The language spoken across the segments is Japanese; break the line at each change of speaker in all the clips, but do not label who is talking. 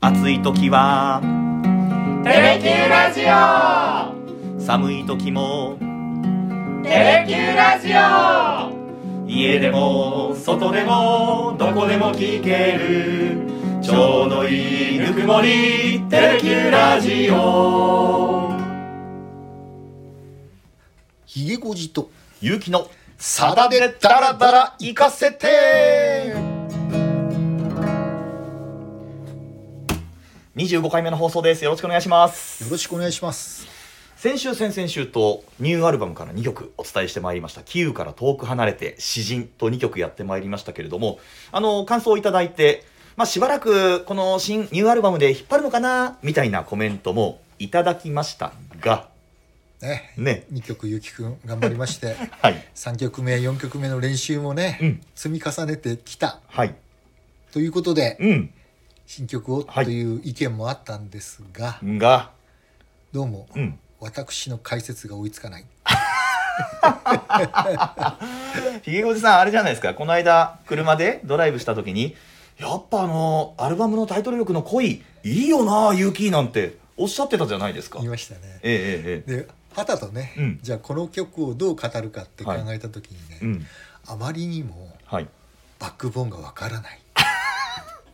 暑い時は
テレキューラジオ
寒い時も
テレキューラジオ
家でも外でもどこでも聞けるちょうどいいぬくもりテレキューラジオ
ひげごじと
ゆうきの
サダでダラダラ行かせて
25回目の放送ですよろしくお願いします
よろしくお願いします
先週先々週とニューアルバムから2曲お伝えしてまいりました「キーウから遠く離れて詩人」と2曲やってまいりましたけれどもあの感想をいただいて、まあ、しばらくこの新ニューアルバムで引っ張るのかなみたいなコメントもいただきましたが
ね
ね
2曲ゆきくん頑張り まして
はい
3曲目4曲目の練習もね、
うん
積み重ねてきた
はい
ということで
うん
新曲を
はい
という意見もあったんですが、
が
どうも、
うん
私の解説が追いつかない
ひげおじさんあれじゃないですかこの間車でドライブした時にやっぱあのアルバムのタイトル曲の恋いいよなユーキーなんておっしゃってたじゃないですか
言いましたね
えええええ
で旗とね、
うん
じゃあこの曲をどう語るかって考えた時にね、
えうん
あまりにも
はい
バックボーンがわからない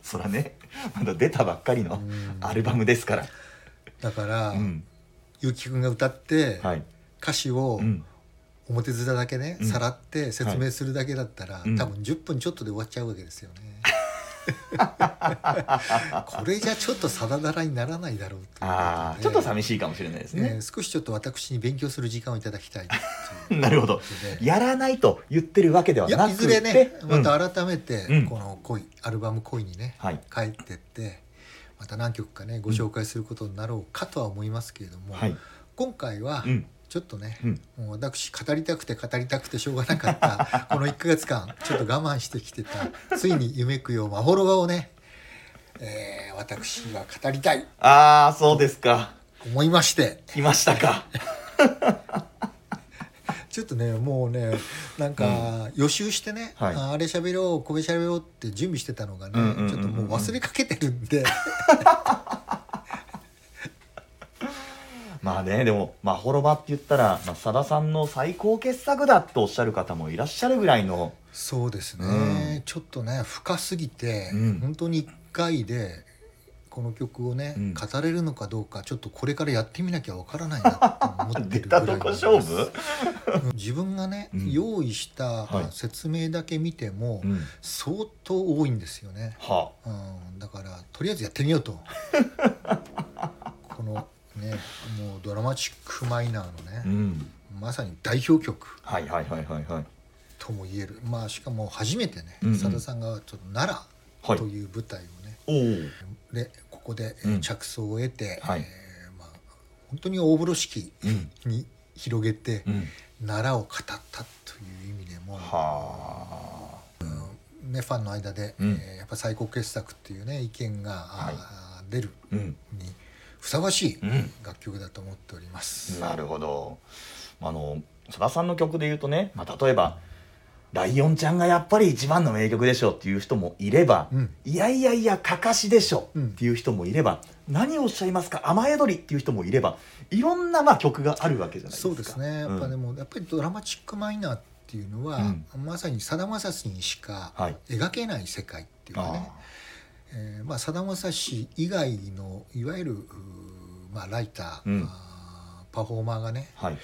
そらねまだ出たばっかりの
ん
アルバムですから、
だから、
うん
ゆきくんが歌って、
はい
歌詞を、
うん、
表面だけね、
うん
さらって説明するだけだったら、
いうん
多分10分ちょっとで終わっちゃうわけですよ ね。これじゃちょっとさだだらにならないだろうということで
ああちょっと寂しいかもしれないです
ね
ね、
少しちょっと私に勉強する時間をいただきたいという
なるほど
こと で。
やらないと言ってるわけではいな
や
く
い
て
ずれね
うん
また改めて、
うん
この恋アルバム「恋」にね、
はい
帰ってってまた何曲かねご紹介することになろうかとは思いますけれども、
はい
今回は
うん
ちょっとね、
うん
もう私語りたくて語りたくてしょうがなかった この1ヶ月間ちょっと我慢してきてたついに「夢くよまほろば」をね、えー私は語りたい
ああそうですか
思いまして
来ましたか
ちょっとねもうねなんか予習してね、
はい
ああれ喋ろうこれ喋ろうって準備してたのがね、
うんうんうんうん
ちょっともう忘れかけてるんで
まあねでも「まほろば」って言ったらまあさださんの最高傑作だとおっしゃる方もいらっしゃるぐらいの
そうですね、
う
ちょっとね深すぎて、
うん
本当に1回でこの曲をね、
うん
語れるのかどうかちょっとこれからやってみなきゃわからないなって思 っ
出
てるぐら
た
い
と
なん
こ
です
勝負、
うん自分がね、
うん
用意した
はい
説明だけ見ても、
うん、
相当多いんですよね、
は
うん、だからとりあえずやってみよう とこのねもうドラマチックマイナーの
あ、う
ね、
ん、
まさに代表曲
はいはいはいはいはい
とも言えるまあしかも初めてね
うんうん
さだ、さんがちょっと奈
は
良
い
という舞台をね、
おお
でここでえ
う
ー
ん
着想を得て、
はい
えーまあ、本当に大風呂敷
うん
に広げて、
うん
奈良を語ったという意味でも、
はあ
ね、ファンの間で、
うん
えーやっぱ最高傑作っていうね意見が、
はい
あー出る
うん
にふさわしい
うん
楽曲だと思っております。
なるほど。あの、さださんの曲で言うとね、まあ、例えば。ライオンちゃんがやっぱり一番の名曲でしょっていう人もいれば、
うん
いやいやいや、かかしでしょ
うん
っていう人もいれば、何をおっしゃいますか、雨宿りっていう人もいれば、いろんなまあ曲があるわけじゃないですか。
そうですね、やっぱで
うん
もやっぱりドラマチックマイナーっていうのは、まさにさだまさしにしか
はい
描けない世界っていうかね、えーまあ、さだまさし以外のいわゆるうー、まあ、ライター、
うん
あーパフォーマーがね、
あーはい。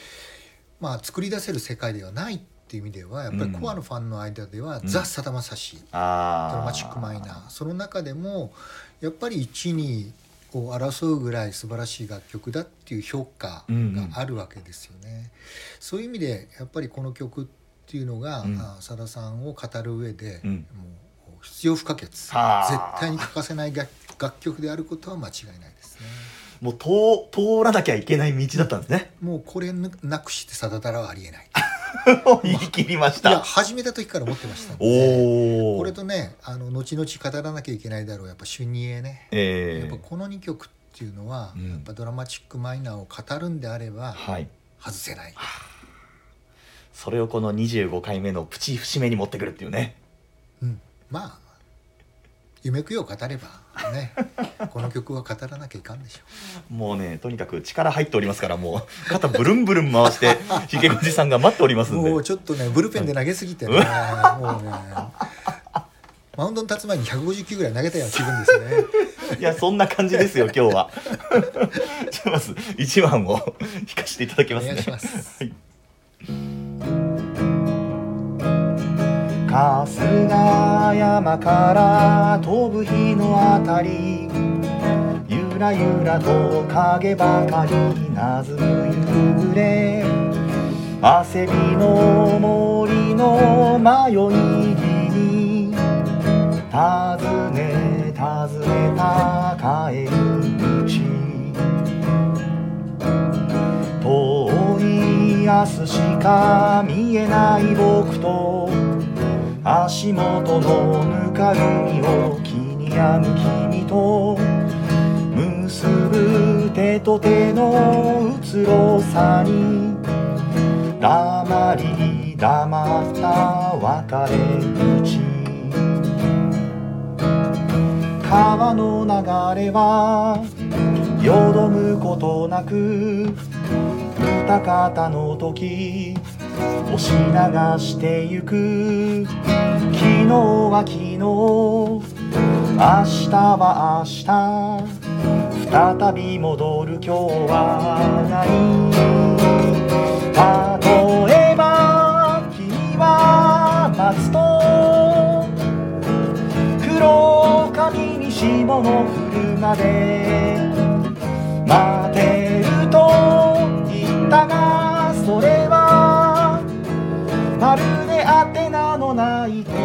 まあ、作り出せる世界ではないっていう意味ではやっぱ
うん
りコアのファンの間では、
ん
ザ・さだまさし
ああ。
ドラマチックマイナーその中でもやっぱり1位を争うぐらい素晴らしい楽曲だっていう評価があるわけですよね。そういう意味でやっぱりこの曲っていうのが
うん
あさだ、さんを語る上で、
うん
もう必要不可欠絶
はあ
対に欠かせない楽楽曲であることは間違いないですね。
もう通、通らなきゃいけない道だったんです ね。
もうこれぬなくしてさだだらはありえない。
言い切りまし
いや
た。
始めた時から思ってましたんで
おお。
これとねあの後々語らなきゃいけないだろうやっぱ「春にえね」やっ
ええ
ぱこの2曲っていうのは、
うん
やっぱドラマチックマイナーを語るんであれば
はい。
外せない、
それをこの25回目のプチ節目に持ってくるっていうね。
うん、まあ夢くよを語れば ねこの曲は語らなきゃいかんでしょ
もうねとにかく力入っておりますからもう肩ブルンブルン回してひげこじさんが待っておりますんで
もうちょっとねブルペンで投げすぎてね、もうねマウンドに立つ前に150球ぐらい投げたような気分です ね
いやそんな感じ ですよ今日はじゃあまず一番を 引かせていただき
お
ます
願い
ね
します
春日山から飛ぶ日のあたりゆらゆらと影ばかりなずむ夕暮れ汗びの森の迷い木に尋ね尋ねた帰る道遠い明日しか見えない僕と足元のぬかるみを気に病む君と結ぶ手と手のうつろさに黙り黙った別れ口川の流れはよどむことなく二方の時押し流してゆく昨日は昨日明日は明日再び戻る今日はない例えば君は松と黒髪に霜の降るまで待てると言ったがそれはまるで宛名のない手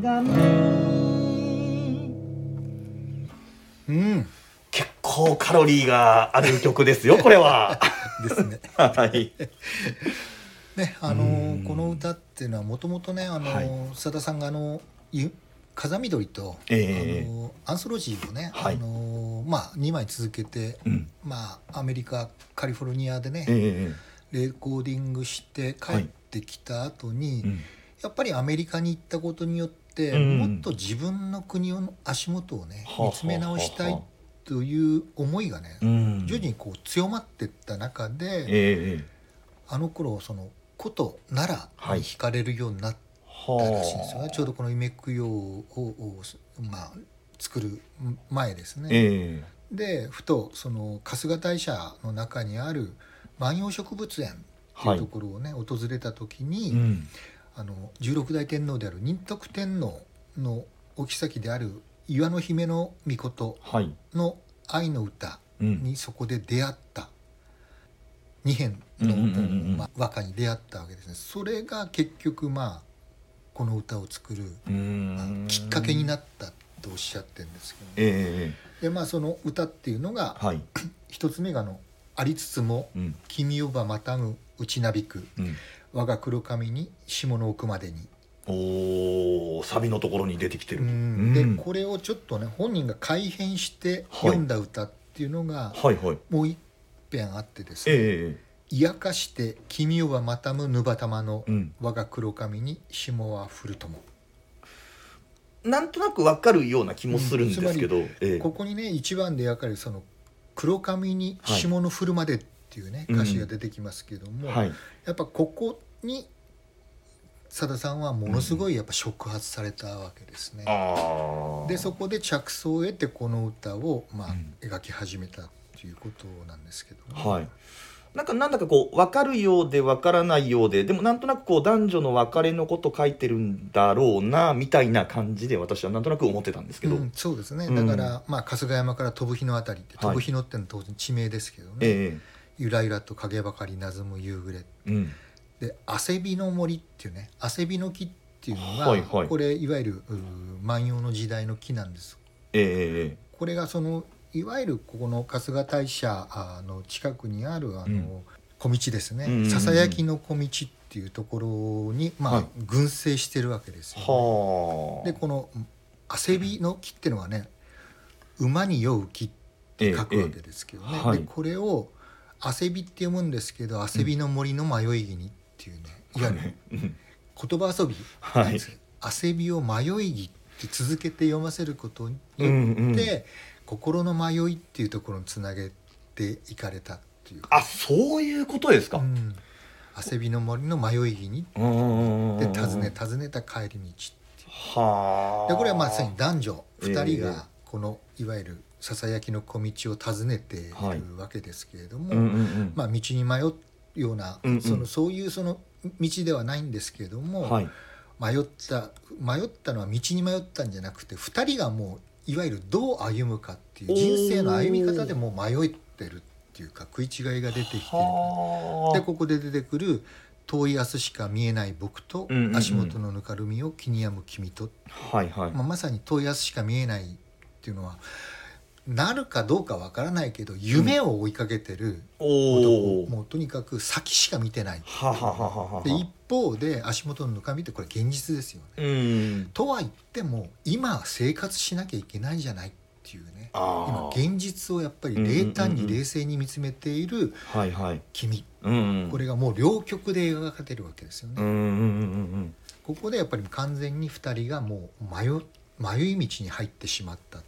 紙
うん
結構カロリーがある曲です よこれは
ですね
はい
ねあの
うん
この歌っていうのはもともとねあの、
はい
佐田さんがあのゆ風見鶏と、
ええ
あのアンソロジーをね、
はい
あのまあ、2枚続けて、
うん
まあ、アメリカカリフォルニアでね、
え
レコーディングして帰ってきた後に、
えうん
やっぱりアメリカに行ったことによって、
うん
もっと自分の国の足元をね、
はあ
見つめ直した
はあ
い
は
という思いがね、
うん
徐々にこう強まっていった中で、
ええ
あの頃その古都奈良に惹かれるようになった
は
らしいんですよね、ちょうどこの「夢供養を」をまあ、作る前ですね。
ええ
でふとその春日大社の中にある万葉植物園っていうところをね、訪れた時に、
うん
あの16代天皇である仁徳天皇のお妃である岩の姫の御事
はい
の愛の歌
うん
にそこで出会った二編
うんうんうんうん
のまあ和歌に出会ったわけですねそれが結局まあこの歌を作る
う
まあ
ん
きっかけになったとおっしゃってるんですけどね、
ええ
でまあその歌っていうのが
はい
一つ目があの「ありつつも
うん
君をばまたぐうちなびく
うん
我が黒髪に下の奥までに」
おーサビのところに出てきてる、
うん
うん
でこれをちょっとね本人が改編して読んだ歌っていうのが
はいはい
もう一遍あってですね
え
「いやかして君をはまたむぬばたまの
えうん、
我が黒髪に霜は降るとも
なんとなくわかるような気もするんですけど、え」え
ここにね一番でやかれるその「黒髪に霜の降るまで」っていうね
うん
歌詞が出てきますけども
は
や
い、
っぱここにさださんはものすごいやっぱ触発されたわけですね。
あ
でそ
こ
こで着想を得てこの歌を、まあ
うん
描き始めたということなんですけども、
はいなんかなんだかこう分かるようで分からないようででもなんとなくこう男女の別れのこと書いてるんだろうなみたいな感じで私はなんとなく思ってたんですけ
う
ど、
ん、そうですね
うん
だから、まあ、春日山から飛ぶ日のあたりって
はい
飛ぶ日のってのは当然地名ですけどね、
え
ゆらゆらと影ばかりなずむ夕暮れ
えうん
で「汗びの森」っていうね「汗びの木」っていうのが、
はいはい
これいわゆるうー万葉の時代の木なんです
ええ
これがそのいわゆるここの春日大社あーの近くにあるあの、
うん
小道です
うんうんうんう
ね
ん
ささやきの小道っていうところに、まあ
はい
群生してるわけですよ、
はあ
でこの「汗びの木」っていうのはね「馬に酔う木」って書くわけですけどね、
ええはい
でこれを「汗び」って読むんですけど「汗びの森の迷い木に」っていうね、いわゆる
うん
言葉遊び
はい
なんですけど汗びを迷い木」っって続けて読ませることに
うん
よ
うん
って心の迷いっていうところにつなげていかれたっていうか、
あそういうことですか
う。ん、汗びの森の迷い木に
うんうんうんうん
で訪ね訪ねた帰り道
はあ。
でこれはまさに男女2人
ええ
がこのいわゆるささやきの小道を訪ねている
はい
わけですけれど
うんうん
も、
うん。
まあ、道に迷うような
うんうん
そのそういうその道ではないんですけれど
は
も
い。
迷った迷ったのは道に迷ったんじゃなくて2人がもういわゆるどう歩むかっていう
おー
人生の歩み方でもう迷ってるっていうか食い違いが出てきてる
はあ。
でここで出てくる「遠い明日しか見えない僕と
うんうんうん
足元のぬかるみを気に病む君と」
はいはい。
まあ、まさに遠い明日しか見えないっていうのはなるかどうかわからないけど夢を追いかけてる
お
男、
お。
もうとにかく先しか見てない
はあはあはあはあは
で一
あ。
方で足元のぬかみってこれ現実ですよね。
うん。
とは言っても今生活しなきゃいけないじゃないっていうね今
あ
現実をやっぱり冷淡に冷静に見つめている
あ。はいはい。
君
うんうん。
これがもう両極で描かれてるわけですよね。
うんうんうんうんうん。
ここでやっぱり完全に2人がもう迷迷い道に入ってしまった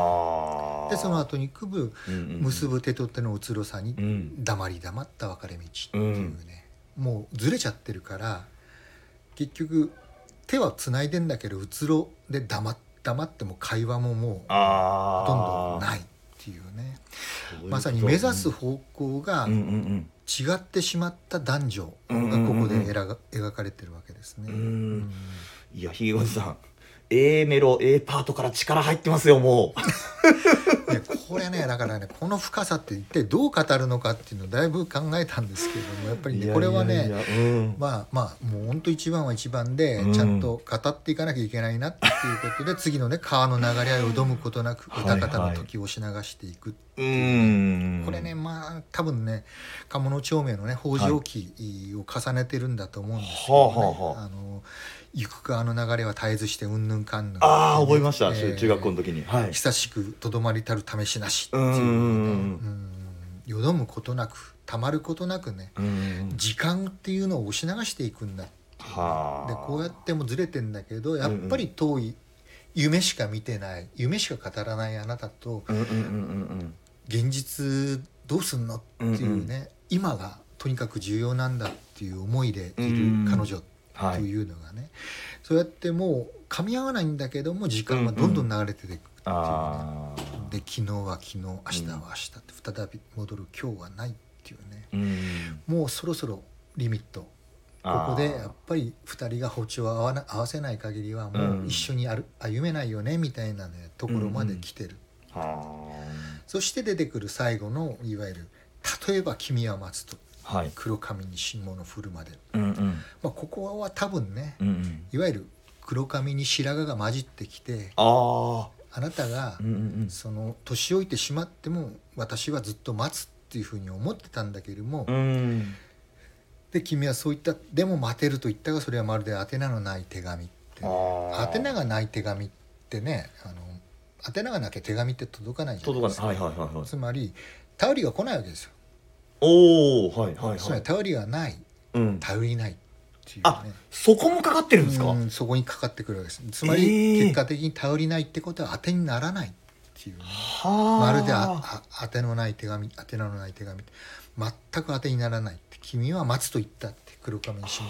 はあ。
でその後に組む
うんうんうん
結ぶ手と手のうつろさに
うん。
黙り黙った別れ道っていうね、もうずれちゃってるから結局手はつないでんだけどうつろで黙っ黙っても会話ももう
あ
ほ
あ。
とんどないっていうね
そういうこと
まさに目指す。方向が
うんうんうん。
違ってしまった男女がここで描か描かれてるわけです
う
ね。
んいや、ひげごじさん、A メロ、A パートから力入ってますよ、もう。
ね、これねだからねこの深さって一体どう語るのかっていうのをだいぶ考えたんですけれどもやっぱり
い
ね
や
これはね
いやいやうん
まあまあもうほんと一番は一番で
うん
ちゃんと語っていかなきゃいけないなっていうことで、次のね川の流れを挑むことなく
はい
歌方の時を押し流していく、
うん。
これねまあ多分ね鴨の長明のね北条記を重ねてるんだと思うんですけど、
は
ね
あはあはあ
あの行く川の流れは絶えずしてうんぬんかんぬん、
ああ、覚えました、
えー
中学校の時に。はい。
久しくとどまりたる試しなしっていうう,、ね、
ん
うんよどむことなくたまることなくね
うん。
時間っていうのを押し流していくんだ
はあ。
でこうやってもずれてんだけどやっぱり遠い夢しか見てない夢しか語らないあなたと
うんうんうん
現実どうすんのっていうね、今がとにかく重要なんだっていう思いで
う
い
ん
る彼女
は
と
い
いうのがね、そうやってもう噛み合わないんだけども時間はどんどん流れていくっていうね。
ああ。
で昨日は昨日明日は明日って再び戻る今日はないっていうね
うん。
もうそろそろリミットこ
あー
こでやっぱり2人が歩調を合わな合わせない限りはもう一緒に歩歩めないよねみたいなねところまで来てる、
は
そして出てくる最後のいわゆる「例えば君は待つと
あ。はい。
黒髪に新物振るまで
うんうん」
まあ、ここは多分ね
うんうん。
いわゆる黒髪に白髪が混じってきて
ああ。
あなたが
うんうんうん。
その年老いてしまっても私はずっと待つっていうふうに思ってたんだけれども、
うん。
で君はそう言ったでも待てると言ったがそれはまるで宛名のない手紙って
ああ。
宛名がない手紙ってねあの宛名がなきゃ手紙って届かないじゃない
届
で
か
す
ない。はいはいはいはい。
つまり頼りが来ないわけですよ、
おお、はいはい
つま
は
り
い。
頼りがない
うん。
頼りないっていう
あ
ね、
そこもかかってるんですか。
うんそこにかかってくるわけですつま
え
り
え
結果的に頼りないってことは当てにならないっていうね、
は
まるでああ宛てのない手紙宛名のない手紙全く当てにならないって君は待つと言ったって黒髪にし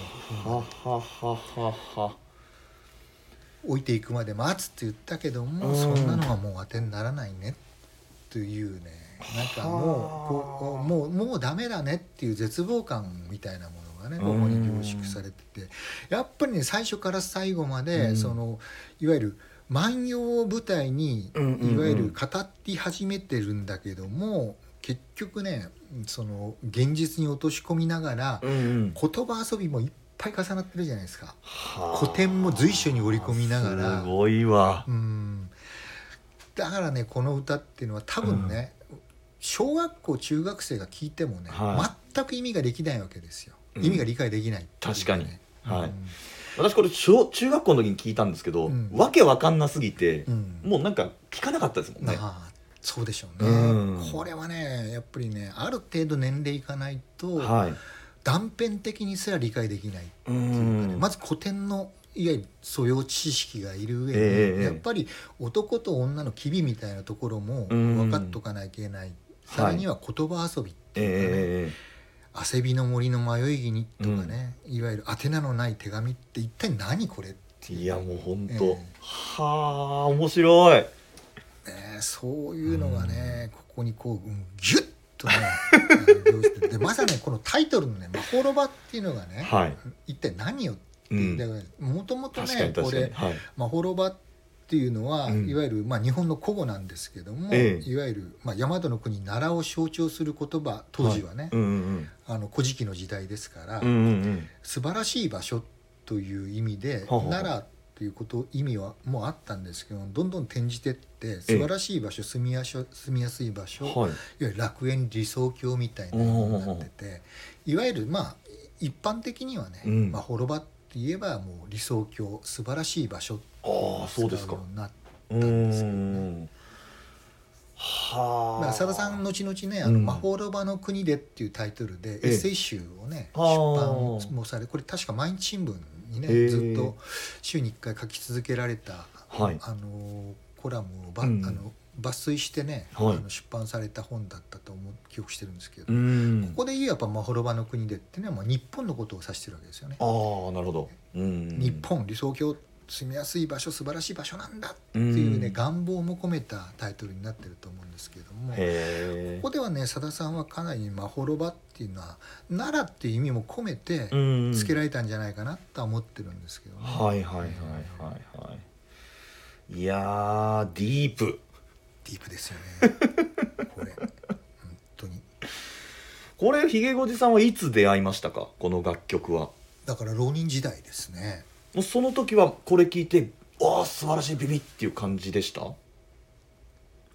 は
も
はははは
置いていくまで待つって言ったけども、
うん
そんなのはもう当てにならないねというねなんかもうこ
はあ
うもうもうダメだねっていう絶望感みたいなものがねここに凝縮されてて、やっぱりね最初から最後まで、
うん
そのいわゆる万葉を舞台に
うんうんうん
いわゆる語り始めてるんだけども、結局ねその現実に落とし込みながら
うんうん
言葉遊びもいっぱい重なってるじゃないですか。
はあ
古典も随所に織り込みながら
すごいわ
うんだからねこの歌っていうのは多分ね、小学校中学生が聞いてもね、
は
全く意味ができないわけです
う
よ、
ん
意味が理解できないっていうね
確かにはい
うん
私これ小中学校の時に聞いたんですけど、
うん
わけわかんなすぎて、
うん
もうなんか聞かなかったですもんね
まあそうでしょうね、
うん
これはねやっぱりねある程度年齢いかないと
はい
断片的にすら理解できないって
う
いうかね
ん
まず古典のいわゆる素養知識がいる上
ええ
にやっぱり男と女の機微みたいなところも
うん
分かっとかなきゃいけない。さらには言葉遊びっていうかね、
え
汗びの森の迷い木にとかね、いわゆる宛名のない手紙って一体何これっ
え
ていう
いやもう本
え
当、
え
はあ面白い
ねそういうのがね、ここにこう、うん、ギュッとねあの凝縮でまさにこのタイトルのね「まほろば」っていうのがね、
はい、
一体何をって
う
言
ん、
ったもともと
確か
ね
に
こ
確かに
れ
はい
「まほろば」っていうのは、
うん
いわゆる、まあ、日本の古語なんですけども、
ええ
いわゆる、まあ、大和の国奈良を象徴する言葉当時はね、
うんうん
あの古事記の時代ですから、
うんうんうん
素晴らしい場所という意味で
はあはあ
奈良ということ意味はもうあったんですけどどんどん転じてって素晴らしい場所住みやしょ住みやすい場所、
うん
い、わ
はい
ゆる楽園理想郷みたいなのになってていわゆるまあ一般的にはね、
うん
まあ、滅ばって言えばもう理想郷素晴らしい場所
ああそうですか
使ようになって
う
ですけど
んは
ま
あ
あ、浅田さん後々ね「あ
う
の
ん
魔法ロバの国で」っていうタイトルで
ええ
エッセイ集をね出
あー
版もされこれ確か毎日新聞に
へえ
ねずっと週に1回書き続けられた、
はい
あのコラムをば、
うん
あの抜粋してね、
はい
あの出版された本だったと思う記憶してるんですけど、
う
こ
ん
こで言うやっぱ「魔法ロバの国で」っていうのはまあ日本のことを指してるわけですよね
あ。あなるほど、うん、
日本理想郷住みやすい場所素晴らしい場所なんだって
っ
いうね、願望も込めたタイトルになってると思うんですけれども。
へえ
ここではねさださんはかなり「まほろば」っていうのは奈良っていう意味も込めて
うん
付けられたんじゃないかなとは思ってるんですけどね、
はいはいはいはいはいいやーディープ
ディープですよねこれ本当に
これひげごじさんはいつ出会いましたかこの楽曲は
だから浪人時代ですね
もうその時はこれ聞いてわあ素晴らしいビビっていう感じでした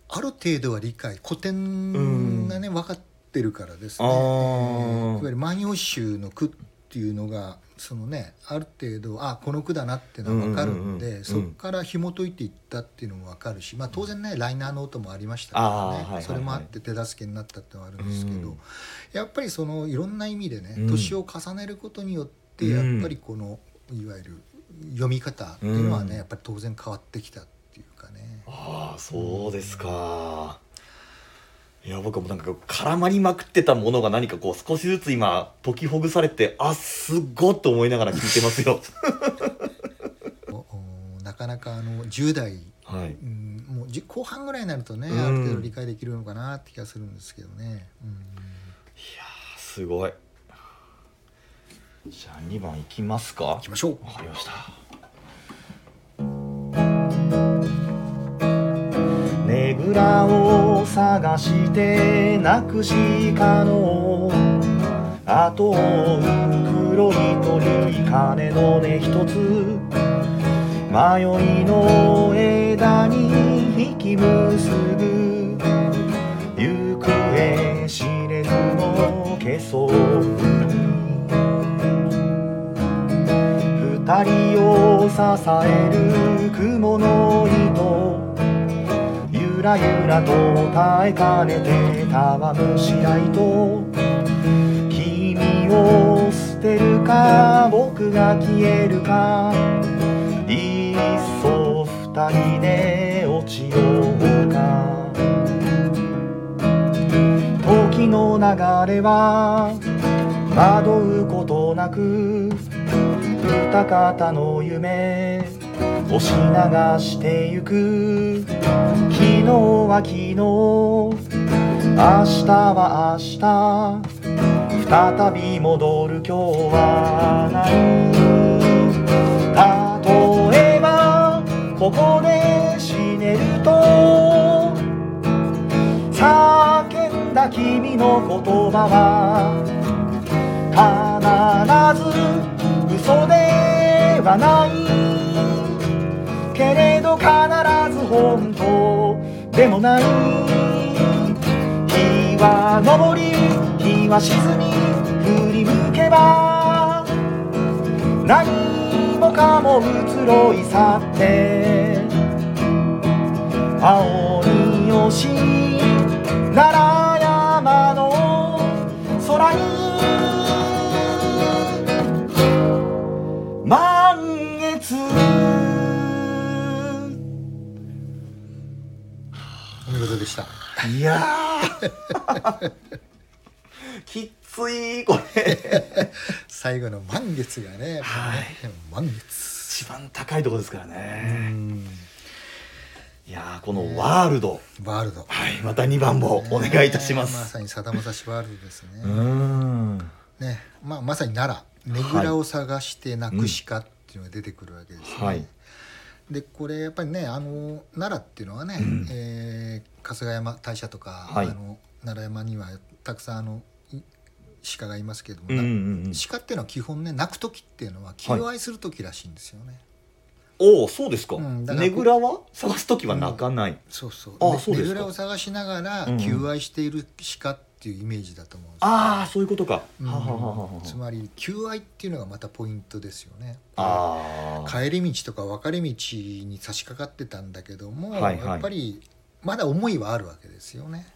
ある程度は理解古典がね分かってるからですね
あー
うんいわゆる「万葉集」の句っていうのがそのねある程度あこの句だなっていうのは分かるんで、
うんうんうんうん
そこから紐解いていったっていうのも分かるし、まあ、当然ねライナーノートもありました
あーはいはい
から
はい
ねそれもあって手助けになったっていうのはあるんですけど、
うん
やっぱりそのいろんな意味でね
うん
年を重ねることによってやっぱりこのいわゆる読み方っていうのはね、やっぱり当然変わってきたっていうかね。
ああそうですかいや僕はもうなんか絡まりまくってたものが何かこう少しずつ今解きほぐされてあすごっと思いながら聞いてますよ
おおなかなかあの10代、
はい
うん、もうじ後半ぐらいになるとね、
うん
ある程度理解できるのかなって気がするんですけどね、うん、
すごいじゃあ2番いきますか
いきましょう
わかりました。ねぐらを探してなくしかの後を追う黒い鳥鐘の音一つ迷いの枝に引き結ぶ行方知れずのけそ二人を支える雲の糸ゆらゆらと耐えかねてたわむしないと君を捨てるか僕が消えるかいっそ二人で落ちようか時の流れは惑うことなく二方の夢押し流してゆく昨日は昨日明日は明日再び戻る今日はない例えばここで死ねると叫んだ君の言葉は必ず嘘ではないけれど必ず本当でもない日は昇り日は沈み振り向けば何もかも移ろい去って青によし奈良山の空に満月
でした。
いやー きついこれ
最後の満月がね、
はい
満月。
一番高いところですから
う
ね、
ん
いやーこのワールド、
ワールド。
はいまた2番もお願いいたしま
ねまさ
す、
にさだまさしワールドです
う
ね。
ん
ね、まあまさに奈良、ねぐらを探してなくしかっていうのが出てくるわけですね。
はい
でこれやっぱりねあの奈良っていうのはね、
うん
えー春日山大社とか、
はい
あの奈良山にはたくさんあのい鹿がいますけども、
うんうんうん
鹿っていうのは基本ね鳴く時っていうのは求愛する時らしいんですよね。
おおそうですか,、
うんだから
ねぐらは探す時は泣かない、
そうそう
あ
で
そうですか
ねぐらを探しながら
うんうん
求愛している鹿っていうイメージだと思うんですよ
ああそういうことか、
うん
ははははは
つまり求愛っていうのがまたポイントですよね。
ああ
帰り道とか分かれ道に差し掛かってたんだけども、
はいはい
やっぱりまだ思いはあるわけですよね。
あ
でそ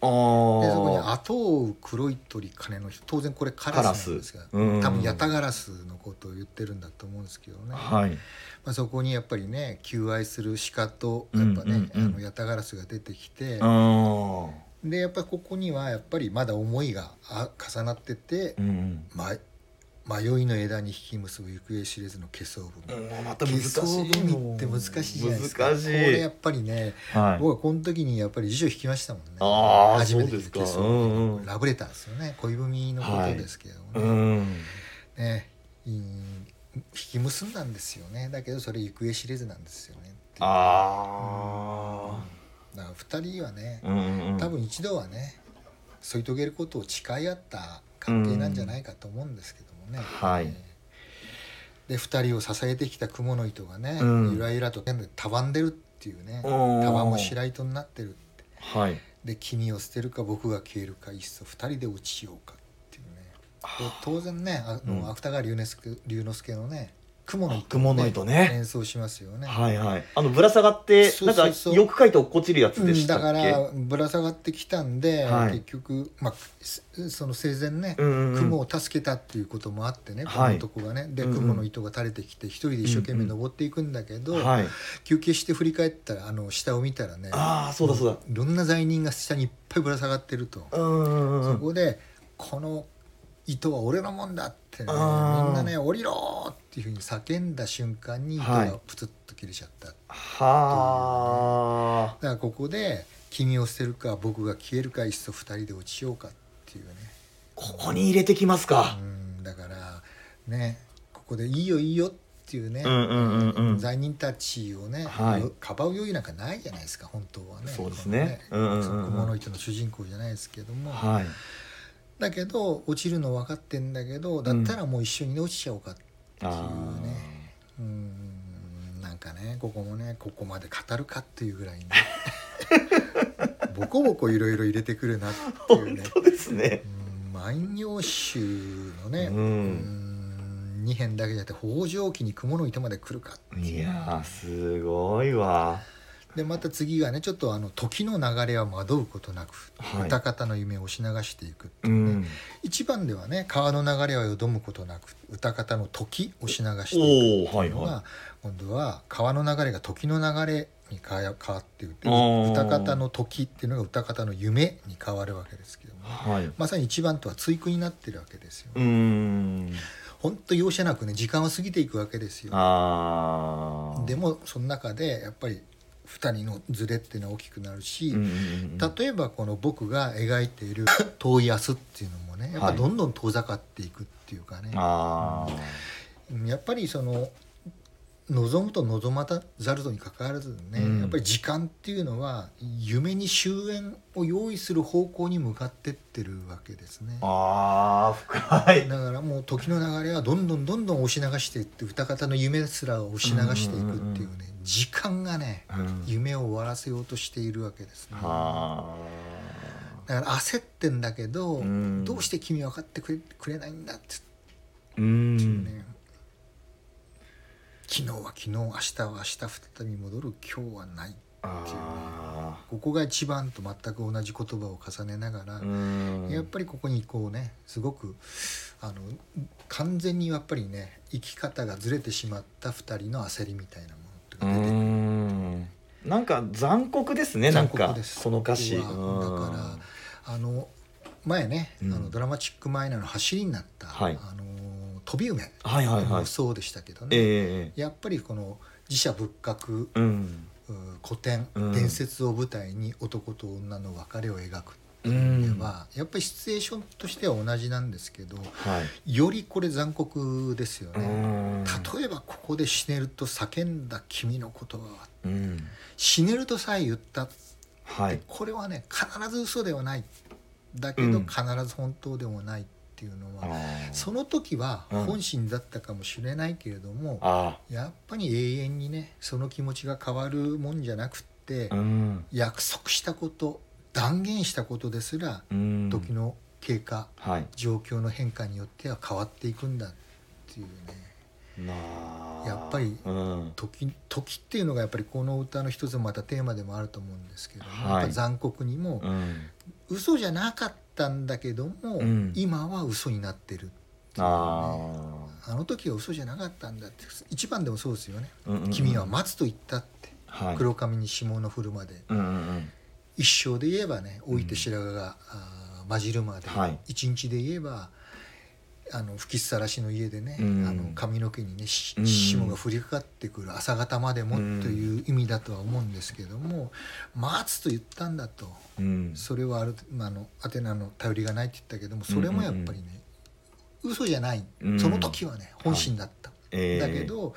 こに
ー
後を追う黒い鳥金の人当然これカラスなんですが
カラスうん
多分ヤタガラスのことを言ってるんだと思うんですけどね、ま
はい
あ、そこにやっぱりね求愛する鹿とやっ
う
ぱね、
んうんうん
あのヤタガラスが出てきて
あ、ー
でやっぱりここにはやっぱりまだ思いがあ重なってて
う、ん
ま、迷いの枝に引き結ぶ行方知れずの化粧
う
文、
ん、うんまた
化
難しい
粧文って難しいじゃないですか
難しい
これやっぱりね
はい
僕はこの時にやっぱり辞書引きましたもんね
あー
初めて聞
そう
い
で
て
すか
そう
うんうん
ラブレターですよね恋文のことですけど
う
ね,、
ん
ねいい引き結んだんですよねだけどそれ行方知れずなんですよねってだか
あ
ら2人はね
あ、うんうんうん、
多分一度はね添い遂げることを誓い合った関係なんじゃないかと思うんですけどもね、
はい
で2人を支えてきた蜘蛛の糸がね、
うん
ゆらゆらとたばんでるっていうねた
おー
わも白糸になってる
はい
で君を捨てるか僕が消えるかいっそ二人で落ちようかっていうねで当然ねあの、
うん
芥川龍之介龍之介のね雲の糸,、ね、
雲の糸ね
演奏しますよね、
はいはいあのぶら下がって
そうそうそう
なんかよく書いて落っこちるやつ
う
で
ん、
した
だ
っけ、
からぶら下がってきたんで、
はい
結局、まあ、すその生前ね、
うんうんうん
雲を助けたっていうこともあってね、
はい
この男がねで
うんうん
雲の糸が垂れてきて一人で一生懸命登っていくんだけど、
はい
休憩して振り返ったらあの下を見たらね
ああそうだそうだ
いろんな罪人が下にいっぱいぶら下がってると。
うんうんう
そ
ん
こでこの糸は俺のもんだってねみん
あー
なね降りろーっていうふうに叫んだ瞬間に糸
はい
がプツッと切れちゃった、
はあ
だからここで「君を捨てるか僕が消えるかいっそ二人で落ちようか」っていうね
ここに入れてきますか
う、んだからねここで「いいよいいよ」っていうね、
うんうんうんうん
罪人たちをね、
はい
よかばう余裕なんかないじゃないですか本当はね
そうですね
この
う
ね
んうんうんうん
蜘蛛の糸の主人公じゃないですけども、
はい
だけど落ちるの分かってんだけどだったらもう一緒に落ちちゃおうか
あ
っていうねうーんなんかねここもねここまで語るかっていうぐら いねボコボコいろいろ入れてくるなっていうね
ーそうですね
うん万葉集のね
う
うんん2編だけじゃなくて北条記に蜘蛛の糸まで来るか
いやーすごいわ
でまた次がねちょっとあの時の流れは惑うことなく、
はい
歌方の夢を押し流していく
うん
一番ではね川の流れはよどむことなく歌方の時をし流していく
おおはい
の
は
が今度は川の流れが時の流れに変わ変わっていって
あー
歌方の時っていうのが歌方の夢に変わるわけですけども
いはい
まさに一番とは対句になってるわけですよ。
うん
ほんと容赦なくね時間は過ぎていくわけですよ。
ああ
でもその中でやっぱり二人のズレっていうのは大きくなるし、
うんうんうん
例えばこの僕が描いている遠い明日っていうのもねやっぱどんどん遠ざかっていくっていうかね、
ああ
うんやっぱりその望むと望まざるとにかかわらずね、
うん
やっぱり時間っていうのは夢に終焉を用意する方向に向かってってるわけですね。
ああ深い
だからもう時の流れはどんどんどんどん押し流していって歌方の夢すら押し流していくっていうね、
うんうんうん
時間がね夢を終わらせようとしているわけですね。
は
だから焦ってんだけど、
うん
どうして君は分かってくれくれないんだって
う
言って
ん
ね、昨日は昨日明日は明日再び戻る今日はない
あ
ここが一番と全く同じ言葉を重ねながら、
ーうん
やっぱりここにこうねすごくあの完全にやっぱりね生き方がずれてしまった2人の焦りみたいなものっ
う
ていうか出て
んなんか残酷ですねなん
残
か
酷です
この歌詞
ここは
うん
だからあの前ね、
うん
あのドラマチックマイナーの走りになった、
はい
あの飛び梅
はいはいはい
もそうでしたけどね、
ええ
やっぱりこの寺社仏閣
ええうん
うん古典、
うん
伝説を舞台に男と女の別れを描くって
う
いうの
ん
は、やっぱりシチュエーションとしては同じなんですけど
はい
よりこれ残酷ですよ
う
ね、
ん
例えばここで死ねると叫んだ君の言葉は
うん
死ねるとさえ言ったって
はい
これはね必ず嘘ではないだけ
う
ど
ん
必ず本当でもないっていうの
あ
は、
ー
その時は
うん
本心だったかもしれないけれども、
あ
やっぱり永遠にねその気持ちが変わるもんじゃなくって、
ーうん
約束したこと断言したことですら
うん
時の経過、
はい
状況の変化によっては変わっていくんだっていうね
なあ
やっぱり
うん
時時っていうのがやっぱりこの歌の一つのまたテーマでもあると思うんですけども、
はい
やっぱ残酷にも、
うん
嘘じゃなかったんだけども、
うん
今は嘘になってるっていうね
あ
あの時は嘘じゃなかったんだって一番でもそうですよね、
ーうんうんうん
君は待つと言ったって、
はい
黒髪に霜の降るまで
うんうんうん
一生で言えばね老いて白髪が、あー混じるまで、
はい
一日で言えばあの吹きさらしの家でね、
うん
あの髪の毛にねし
うん
霜が降りかかってくる朝方までも
うん
という意味だとは思うんですけども「待つ」と言ったんだと
うん
それはあるあのアテナの頼りがないって言ったけどもそれもやっぱりね、嘘じゃない、
うん
その時はね本心だった、
ええ
だけど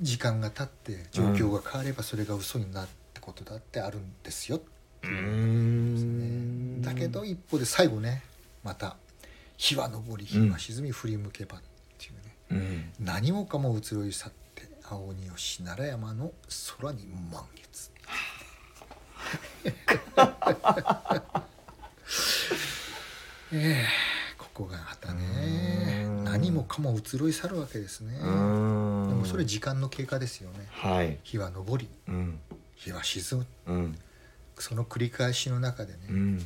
時間が経って状況が変わればそれが嘘になるってことだってあるんですよ、
うーん
だけど一方で最後ねまた「日は昇り日は沈み振り向けば」っていうね、
うん
何もかも移ろい去って青鬼よし奈良山の空に満月ええここがまたね
うーん
何もかも移ろい去るわけですね
う
で
ーん
もそれ時間の経過ですよね
はい
日は昇り
うん
日は沈む
うん
その繰り返しの中でね、
う
うん
ん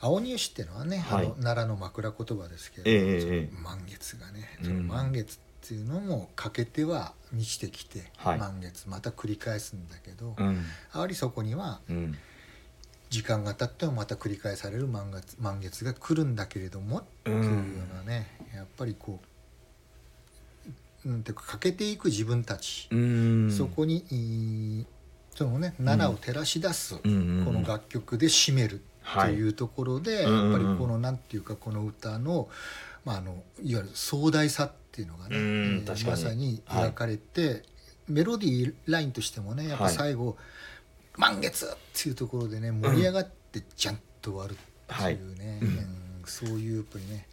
青鬼牛っていうのはね、
はい
あの奈良の枕言葉ですけど、
ええええええ
その満月がね、
うん
その満月っていうのも欠けては満ちてきて、
はい
満月また繰り返すんだけど、
うん
やはりそこには
うん
時間が経ってもまた繰り返される満月満月が来るんだけれどもっていうようなね、やっぱりこう、うん、ていうか欠けていく自分たち、
うん
そこにいいそのね奈良を照らし出す、
うんうんうん
この楽曲で締めるというところで、
はいうんうんうん
やっぱりこのなんていうかこの歌の,、まあ、あのいわゆる壮大さっていうのがね、
うん
えー
確かに
まさに描かれて、メロディーラインとしてもねやっぱ最後、満月っていうところでね盛り上がってちゃんと終わるっていうね、
うん
うんそういうやっぱりね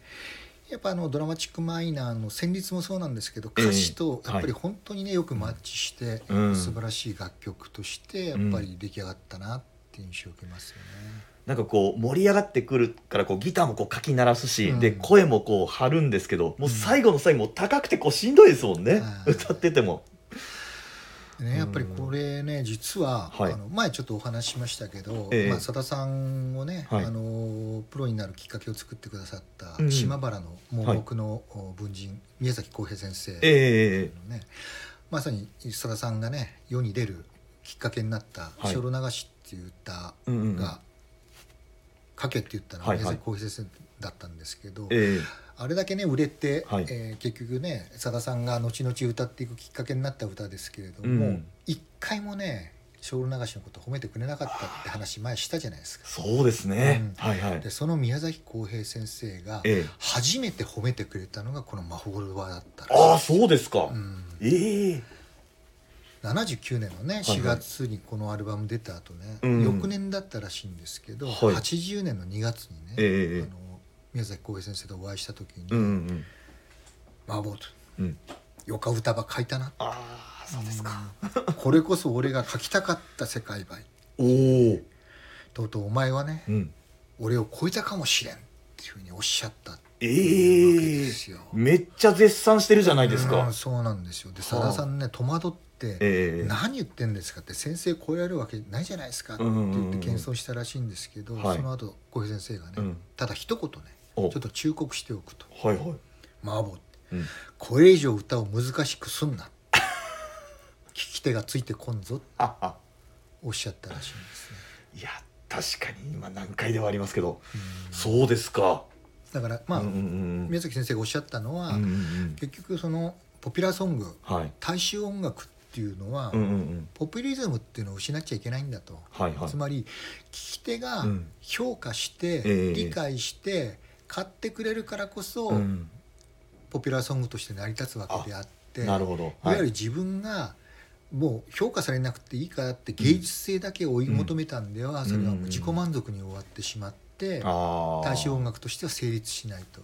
やっぱあのドラマチックマイナーの旋律もそうなんですけど
ええ
歌詞とやっぱ
はい
り本当にねよくマッチして、
うん
素晴らしい楽曲としてやっぱり出来上がったなっていう印象を受けますよね。
なんかこう盛り上がってくるからこうギターもこうかき鳴らすし、
うん
で声もこう張るんですけどもう最後の最後もう高くてこうしんどいですもんね、
はい
歌ってても。
でねやっぱりこれね実は、
はい
あの前ちょっとお話ししましたけど、
ええ
まあ、佐田さんをね、
はい
あのプロになるきっかけを作ってくださった
うん
島原の盲目のお文人、宮崎康平先生のね、
ええ
まさに佐田さんがね世に出るきっかけになった「
はい
小路流し」っていう歌
うんうん
が「書け」って言ったのは
はいはい
宮崎康平先生だったんですけど、
ええ
あれだけね売れて、
はい
えー結局ねさださんが後々歌っていくきっかけになった歌ですけれど
う
も
ん
一、回もね小路流しのこと褒めてくれなかったって話前したじゃないですか。
そうですね、
うん
はいはい
でその宮崎康平先生が
ええ
初めて褒めてくれたのがこの「魔法ロバ」だったらしい
ああそうですか、
うん
ええ
79年のね
はい
4月にこのアルバム出た後ね、
うん
翌年だったらしいんですけど、
はい
80年の2月にね、
ええ
あの宮崎康平先生とお会いした時に
うんうんうん
「魔法と
うん
よか歌ば書いたな」
ああそうですか、
これこそ俺が書きたかった世界ばい
おお
とうとうお前はね、
うん
俺を超えたかもしれんっていうふうにおっしゃったっていうわけ
ええ
ですよ、
めっちゃ絶賛してるじゃないです
うん
か。
そうなんですよで
はあ
さださんね戸惑って、
ええ
何言ってんですかって先生超えられるわけないじゃないですかって
うんうん
言
う
っ
ん
て謙遜したらしいんですけど、
はい
その後小平先生がね、
うん
ただ一言ね
お
ちょっと忠告しておくと
はいはい。
「麻婆
うん
これ以上歌を難しくすんな」き手がついてこんぞって
ああ
おっしゃったらしいんですね。
いや確かに今難解ではありますけど、
うん
そうですか
だからまあ、
うんうんうん
宮崎先生がおっしゃったのは、
うんうんうん
結局そのポピュラーソング
はい
大衆音楽っていうのは、
うんうんうん
ポピュリズムっていうのを失っちゃいけないんだと、
はいはい
つまり聞き手が
うん
評価して、
ええ
理解して買ってくれるからこそ、
うん
ポピュラーソングとして成り立つわけであって
なるほど、
いわゆる
る
自分がもう評価されなくていいからって芸術性だけを追い求めたんでは、
うん
それはもう自己満足に終わってしまって、
あ
大衆音楽としては成立しないと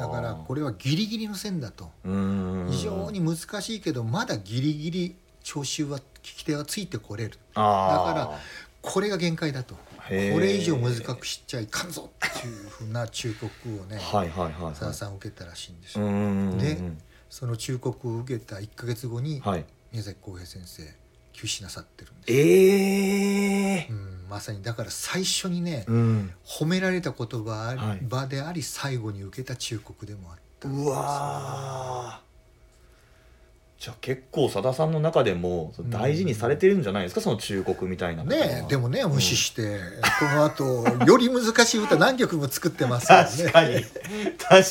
だ
だ
からこれはギリギリの線だと
うん
非常に難しいけどまだギリギリ聴衆は聞き手はついてこれるだ
あ
からこれが限界だとこ
へー
れ以上難くしちゃいかんぞっていうふうな忠告をね
はいはいはい
澤
は
さん受けたらしいんです
い
よ、
ん
でその忠告を受けた1ヶ月後に
はい
宮崎浩平先生急死なさってるんです、
ええ
うん、まさにだから最初にね、
うん
褒められた言葉あり
はい
場であり最後に受けた忠告でもあった
うわーじゃあ結構さださんの中でも
ん
大事にされてるんじゃないですか、その忠告みたいなことは
ねえでもね無視して、この後より難しい歌何曲も作ってますからね
確かに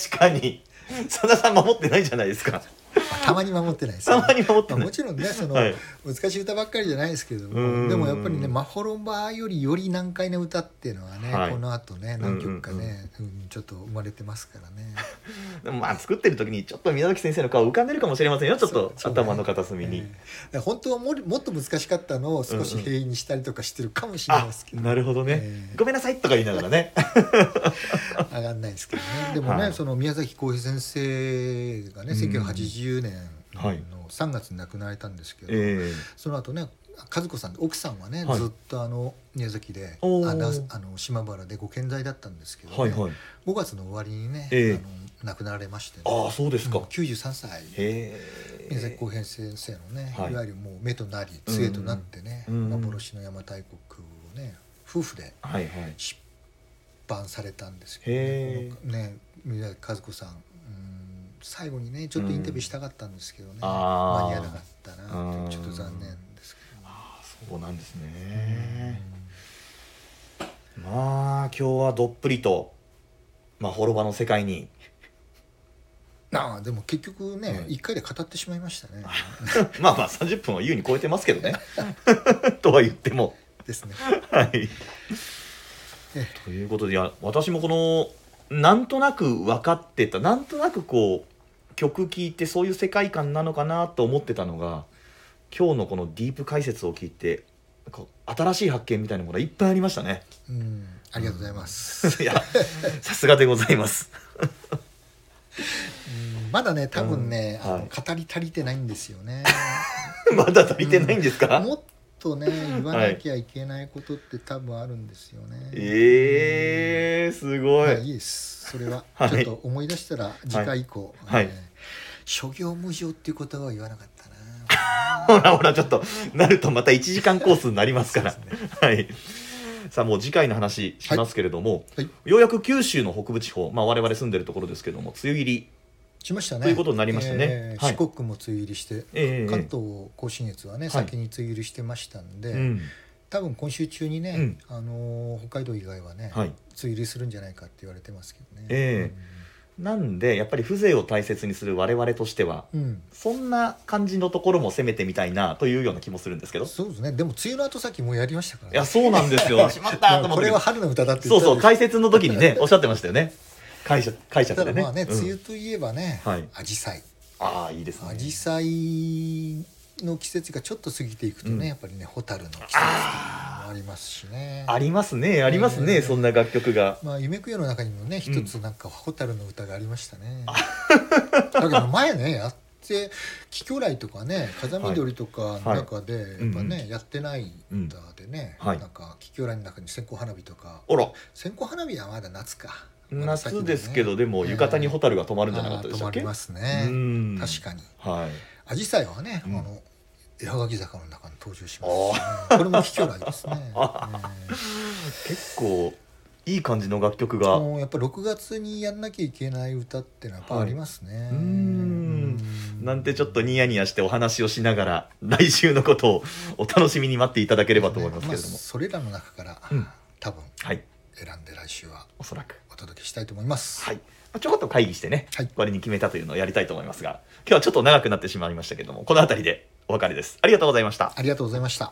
確かにさださん守ってないじゃないですか
たまに守ってないです
た
よ、
ま
ね
に守って
まあ、
ない
もちろんねその、
はい
難しい歌ばっかりじゃないですけれど
うん
もでもやっぱりね「まほろば」よりより難解な歌っていうのはね、
はい
この後ね何曲かね、うんちょっと生まれてますからね。
でもまあ作ってる時にちょっと宮崎先生の顔浮かんでるかもしれませんよちょっと
そうそうね
頭の片隅に、
ええだから本当はもりもっと難しかったのを少し平易にしたりとかしてるかもしれない
あ
ですけど、
なるほどね、
ええ
ごめんなさいとか言いながら ね
上がんないですけどねでもね、
はい
その宮崎浩平先生がね
うん
1980年
はい
の3月に亡くなられたんですけど、
ええ
その後ね和子さん奥さんはね、
はい
ずっとあの宮崎であ
おー
なあの島原でご健在だったんですけど、ね
はいはい
5月の終わりにね、
ええ
あの亡くなられましてね、
ああそうですか、
うん93
へ
歳
え
宮崎浩平先生のね、
はい
い、わゆるもう目となり杖となってね、
うんうん
幻の邪馬台国をね夫婦で
はいはい
出版されたんです
へ
けどねね宮崎和子さん、うん、最後にねちょっとインタビューしたかったんですけどね、
あー
間に合わなかったなっていうちょっと残念ですけどね、
ああそうなんですね、まあ今日はどっぷりとまあ滅場の世界に
ああでも結局ね、
うん
一回で語ってしまいましたね
まあまあ30分を優に超えてますけどね とは言っても
ですね
はい
え
ということでいや私もこのなんとなく分かってたなんとなくこう曲聴いてそういう世界観なのかなと思ってたのが今日のこのディープ解説を聞いてこう新しい発見みたいなものがいっぱいありましたね。
うんありがとうございま す、
いやさすがでございます。
うんまだね多分ね、
うん
あ
は
の
い
語り足りてないんですよ ね
まだ足りてないんですか、
もっとね言わなきゃいけないことって多分あるんですよね、
えー、すご
まあ
い。
いいですそれは、
はい
ちょっと思い出したら次回以降、
はい
えー諸行無常っていう言葉は言わなかったな
ほらほら、ちょっと、なるとまた1時間コースになりますから。 はい。さあ、もう次回の話しますけれども、
はい
ようやく九州の北部地方、まあ、我々住んでるところですけれども、梅雨入り、
しましたね
ということになりましたね
えー
はい
四国も梅雨入りして、
ええ
関東甲信越はね、
い
先に梅雨入りしてましたんで、
うん
多分今週中にね、
うん
あのー北海道以外はね、
はい
梅雨入りするんじゃないかって言われてますけどね、
えなんで、やっぱり風情を大切にする我々としては、
うん
そんな感じのところも攻めてみたいなというような気もするんですけど。い
そうですねでも梅雨の後先もうやりましたからね
や、そうなんです よ。しまったと
だから
思っ
こ
て
れは春の歌だって
そう
た
そう、
んです
解説の時に ね、おっしゃってましたよね。解釈、解釈
た
で
だ
ね。
まあね、
うん
梅雨といえばね、
はい
アジサイ
ああ、いいですね。
アジサイの季節がちょっと過ぎていくとね、
うん
やっぱりね蛍の季節っていうのもありますしね
ありますね、ありますね、
えー
そんな楽曲が。
まあ夢くよの中にもね一つなんか蛍の歌がありましたね、だけど前ねやって気狂来とかね風見鶏とかの中でやっぱね、
うんうん
やってないんだでね、
うんはい
なんか気狂来の中に線香花火とか
あら、
線香花火はまだ夏か
夏ですけど、
ね
でも浴衣に蛍が止ま
あ
るんじゃなかったでしたっ
ー止ま
け
り
う
ますね、
ん
確かに
はい。
アジサイはね、
うん
あの矢垣坂の中に登場しますしね、これも貴重来ですね。
結構、いい感じの楽曲
えー
が。
もうやっぱ6月にやんなきゃいけない歌ってのはやっぱありますね。
うーんなんてちょっとニヤニヤしてお話をしながら来週のことをお楽しみに待っていただければと思いますけれども、
あそれらの中から、
うん
多分
はい
選んで来週は
おそらく
お届けしたいと思います。
はい、まあちょこっと会議してね、
はい
これに決めたというのをやりたいと思いますが今日はちょっと長くなってしまいましたけれどもこの辺りでお別れですありがとうございました
ありがとうございました。